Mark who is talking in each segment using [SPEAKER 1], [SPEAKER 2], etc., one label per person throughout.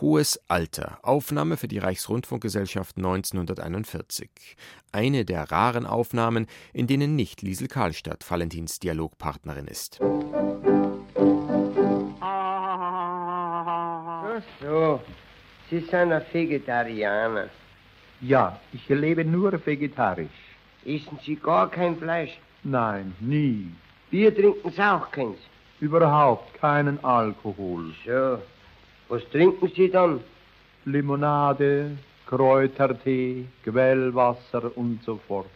[SPEAKER 1] Hohes Alter. Aufnahme für die Reichsrundfunkgesellschaft 1941. Eine der raren Aufnahmen, in denen nicht Liesel Karlstadt Valentins Dialogpartnerin ist.
[SPEAKER 2] Ach so, Sie sind ein Vegetarier.
[SPEAKER 3] Ja, ich lebe nur vegetarisch.
[SPEAKER 2] Essen Sie gar kein Fleisch.
[SPEAKER 3] Nein, nie.
[SPEAKER 2] Bier trinken Sie auch keins.
[SPEAKER 3] Überhaupt keinen Alkohol.
[SPEAKER 2] So, was trinken Sie dann?
[SPEAKER 3] Limonade, Kräutertee, Quellwasser und so fort.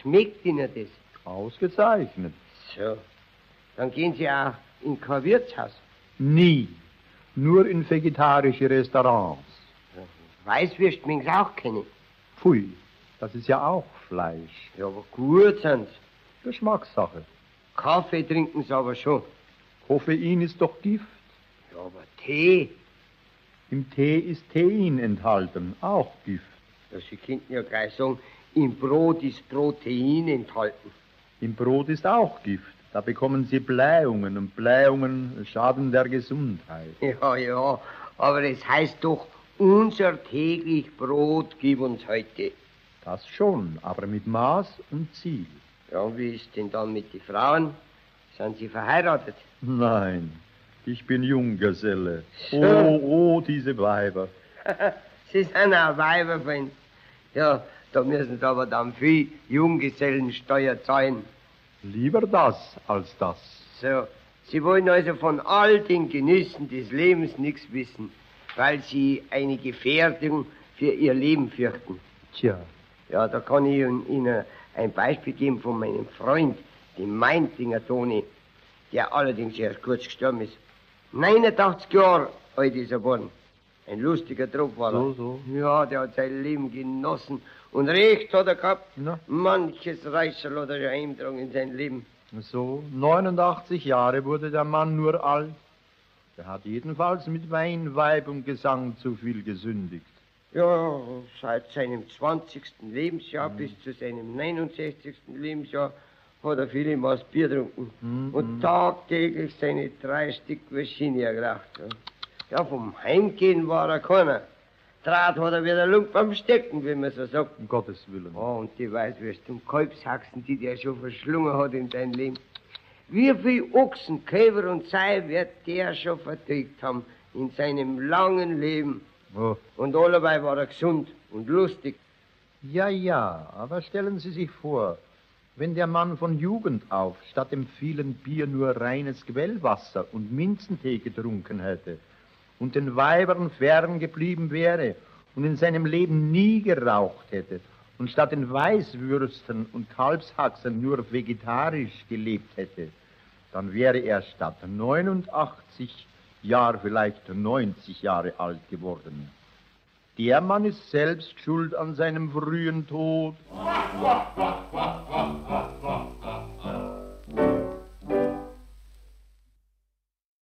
[SPEAKER 2] Schmeckt Ihnen das?
[SPEAKER 3] Ausgezeichnet.
[SPEAKER 2] So, dann gehen Sie auch in kein Wirtshaus.
[SPEAKER 3] Nie. Nur in vegetarische Restaurants.
[SPEAKER 2] Weißwürst mögen Sie auch keine.
[SPEAKER 3] Pfui, das ist ja auch Fleisch.
[SPEAKER 2] Ja, aber gut sind
[SPEAKER 3] Geschmackssache.
[SPEAKER 2] Kaffee trinken Sie aber schon.
[SPEAKER 3] Koffein ist doch Gift.
[SPEAKER 2] Ja, aber Tee,
[SPEAKER 3] Im Tee ist Tein enthalten, auch Gift.
[SPEAKER 2] ja, Sie könnten ja gleich sagen, im Brot ist Protein enthalten.
[SPEAKER 3] Im Brot ist auch Gift. Da bekommen Sie Blähungen und Blähungen schaden der Gesundheit.
[SPEAKER 2] Ja, ja, aber es heißt doch, unser täglich Brot gib uns heute.
[SPEAKER 3] Das schon, aber mit Maß und Ziel.
[SPEAKER 2] Ja, und wie ist denn dann mit den Frauen? Sind Sie verheiratet?
[SPEAKER 3] Nein, ich bin Junggeselle.
[SPEAKER 2] Schön.
[SPEAKER 3] Oh, oh, diese Weiber.
[SPEAKER 2] Sie sind ein Weiberfreund. Ja, da müssen Sie aber dann viel Junggesellensteuer zahlen.
[SPEAKER 3] Lieber das als das.
[SPEAKER 2] So, Sie wollen also von all den Genüssen des Lebens nichts wissen, weil Sie eine Gefährdung für Ihr Leben fürchten.
[SPEAKER 3] Tja,
[SPEAKER 2] Ja, da kann ich Ihnen ein Beispiel geben von meinem Freund, dem Meintinger Toni, der allerdings erst kurz gestorben ist. 89 Jahre alt ist er geworden. Ein lustiger Trupp war er.
[SPEAKER 3] So, so.
[SPEAKER 2] Ja, der hat sein Leben genossen. Und recht hat er gehabt.
[SPEAKER 3] Na.
[SPEAKER 2] Manches Reichsel hat er ja heimgetragen in sein Leben.
[SPEAKER 3] so 89 Jahre wurde der Mann nur alt. Er hat jedenfalls mit Wein, Weib und Gesang zu viel gesündigt.
[SPEAKER 2] Ja, seit seinem 20. Lebensjahr bis zu seinem 69. Lebensjahr hat er viele Maß Bier getrunken und tagtäglich seine drei Stück Virginia geraucht. Ja, vom Heimgehen war er keiner. Draht hat er wieder Lump am Stecken, wie man so sagt.
[SPEAKER 3] Um Gottes Willen.
[SPEAKER 2] Oh, und die Weißwürste und Kalbshaxen, die der schon verschlungen hat in dein Leben. Wie viel Ochsen, Käfer und Sei wird der schon vertilgt haben in seinem langen Leben.
[SPEAKER 3] Oh.
[SPEAKER 2] Und allebei war er gesund und lustig.
[SPEAKER 3] Ja, ja, aber stellen Sie sich vor, wenn der Mann von Jugend auf statt dem vielen Bier nur reines Quellwasser und Minzentee getrunken hätte und den Weibern fern geblieben wäre und in seinem Leben nie geraucht hätte und statt den Weißwürsten und Kalbshaxen nur vegetarisch gelebt hätte, dann wäre er statt 89 Jahre vielleicht 90 Jahre alt geworden. Der Mann ist selbst schuld an seinem frühen Tod.